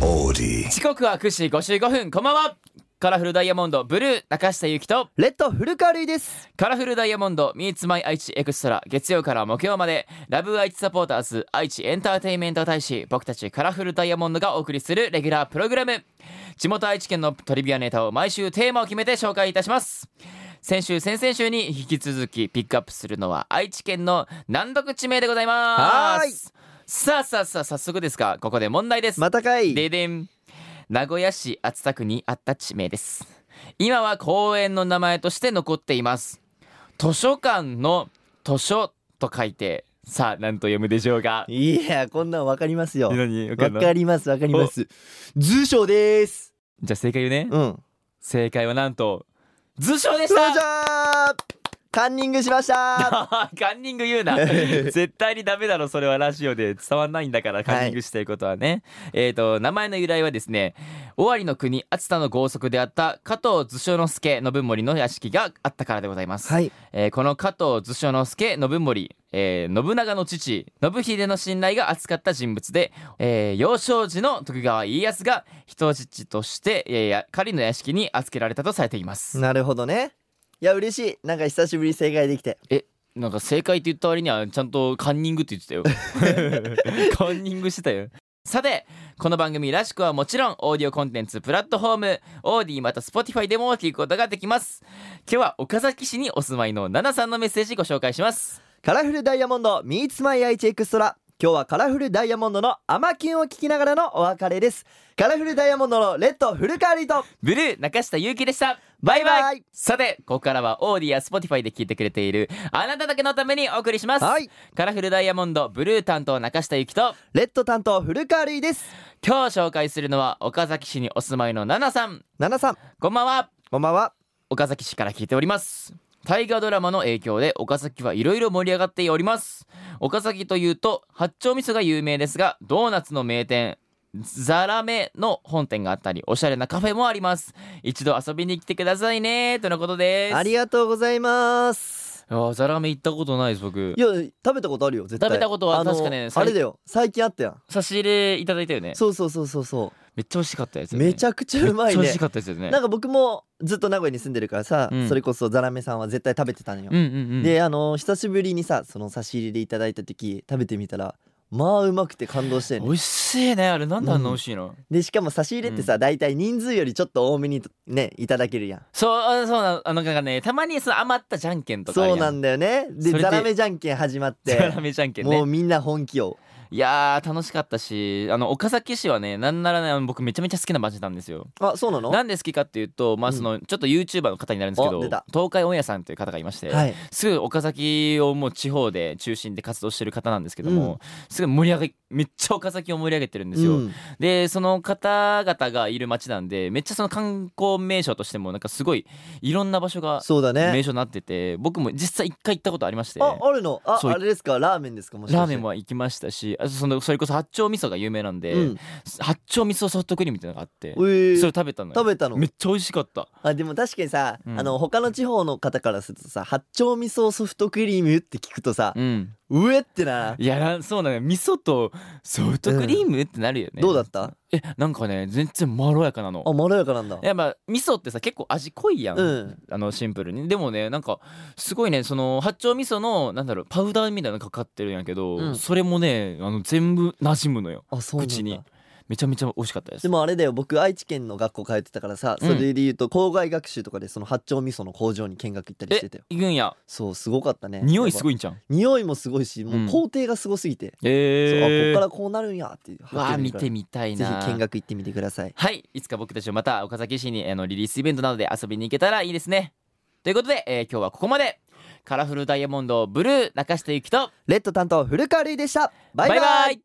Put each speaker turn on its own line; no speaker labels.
melody.
時刻は9時55分こんばんはカラフルダイヤモンドブルー中下ゆきと
レッドフルカルイです。
カラフルダイヤモンド Meets My 愛知エクストラ月曜から木曜までラブ愛知サポーターズ愛知エンターテインメント大使僕たちカラフルダイヤモンドがお送りするレギュラープログラム地元愛知県のトリビアネタを毎週テーマを決めて紹介いたします先週先々週に引き続きピックアップするのは愛知県の難読地名でございま
はーい
すさあさあさあ早速ですがここで問題です
またかい。
ででん名古屋市熱田区にあった地名です今は公園の名前として残っています図書館の図書と書いてさあ何と読むでしょうか
いやこんなんわかりますよ。わ
何わかんない
かりますわかります。図書です。
じゃあ正解言うね、
うん。
正解はなんと図書でし
図書
た
カンニングしました。
カンニング言う な絶対にダメだろそれはラジオで伝わんないんだからカンニングしてることはね、えっ、と名前の由来はですね尾張の国熱田の豪族であった加藤図書之助信盛の屋敷があったからでございます、
はい。
えーこの加藤図書之助信盛、えー信長の父信秀の信頼が厚かった人物で、えー幼少時の徳川家康が人質として、えーや狩りの屋敷に預けられたとされています
なるほどね。いや嬉しい。なんか久しぶりに正解できて。
えなんか正解って言った割にはちゃんとカンニングって言ってた よカンニングしてたよさてこの番組らしくはもちろんオーディオコンテンツプラットフォームオーディまた Spotify でも聞くことができます今日は岡崎市にお住まいのナナさんのメッセージご紹介します
カラフルダイヤモンド Meets My 愛知エクストラ今日はカラフルダイヤモンドのアマキュンを聞きながらのお別れですカラフルダイヤモンドのレッドフルカーリーと
ブルー中下ゆうきでした
バ
バ
イ
イ
バイ
バイさてここからはオーディや Spotify で聞いてくれているあなただけのためにお送りします、
はい
カラフルダイヤモンドブルー担当中下ゆきと
レッド担当フルカーリーです
今日紹介するのは岡崎市にお住まいのナナさん
ナナさん
こんばんは
こんばんは
岡崎市から聞いております大河ドラマの影響で岡崎はいろいろ盛り上がっております岡崎というと八丁味噌が有名ですがドーナツの名店ザラメの本店があったりおしゃれなカフェもあります一度遊びに来てくださいねとのことです
ありがとうございます
あザラメ行ったことないです僕
いや食べたことあるよ絶対
食べたことは
あの
確かね
あ
最
れだよ最近あったやん
差し入れいただいたよね
そうそうそうそうそ
めっちゃ美味しかったやつ
う
よね
めちゃくちゃうま
めっちゃ
い
美
ね
味しかったですよね
なんか僕もずっと名古屋に住んでるからさ、
うん
それこそザラメさんは絶対食べてたのよ、
うんうんうん
であの久しぶりにさその差し入れでいただいた時食べてみたらまあうまくて感動して
美味しいねあれなんであんな美味しいの、
でしかも差し入れってさ、大体人数よりちょっと多めにねいただけるやん
そうあそうなのあのなんかねたまにその余ったじゃんけんとかある
そ
や
うなんだよね
そ
で
れで
ザラメじゃんけん始まっ
ザ
て
ラメじゃんけん
も
ね
うみんな本気を
いやー楽しかったしあの岡崎市はねなんならねあの僕めちゃめちゃ好きな街なんですよ
あそうなの
なんで好きかっていうとまあその、ちょっと YouTuber の方になるんですけど
お出た
東海オンエアさんという方がいまして、
はい
すぐ岡崎をもう地方で中心で活動してる方なんですけども、すごい盛り上げめっちゃ岡崎を盛り上げてるんですよ、
うん
でその方々がいる町なんでめっちゃその観光名所としてもなんかすごいいろんな場所が
そうだ
名
ね
所になってて僕も実際一回行ったことありまして
ああるのあ
そう
あれですかラーメンですかもしかして
ラーメンも行きましたしあとそのそれこそ八丁味噌が有名なんで、
うん
八丁味噌ソフトクリームっていうのがあって
えー
それ食べたのよ
食べたの
めっちゃ美味しかった
あでも確かにさ、
うん
あの他の地方の方からするとさ八丁味噌ソフトクリームって聞くとさ、
うん
うえってな、
いやなそうなのよ味噌とソフトクリームってなるよね、
どうだった
えなんかね全然まろやかなの
あまろやかなんだ
いやまあ味噌ってさ結構味濃いやん、
うん
あのシンプルにでもねなんかすごいねその八丁味噌のなんだろうパウダーみたいなのかかってるんやけど、
うん
それもねあの全部馴染むのよ
あそうなんだ
口にめちゃめちゃ美味しかったです
でもあれだよ僕愛知県の学校通ってたからさ
うん
それで言うと校外学習とかでその八丁味噌の工場に見学行ったりしてたよ
え行くんや
そうすごかったね
匂いすご
い
いんじゃん
匂いもすごいし
うん
もう工程がすごすぎて、そうあ
え
こっ
ー
からこうなるんやっていう
わあ見て
み
みたい
ぜ
な
ひ見学行ってみてください
はいいつか僕たちもまた岡崎市にあのリリースイベントなどで遊びに行けたらいいですねということで、えー今日はここまでカラフルダイヤモンドブルー中下ゆきと
レッド担当古川瑠衣でしたバイバイ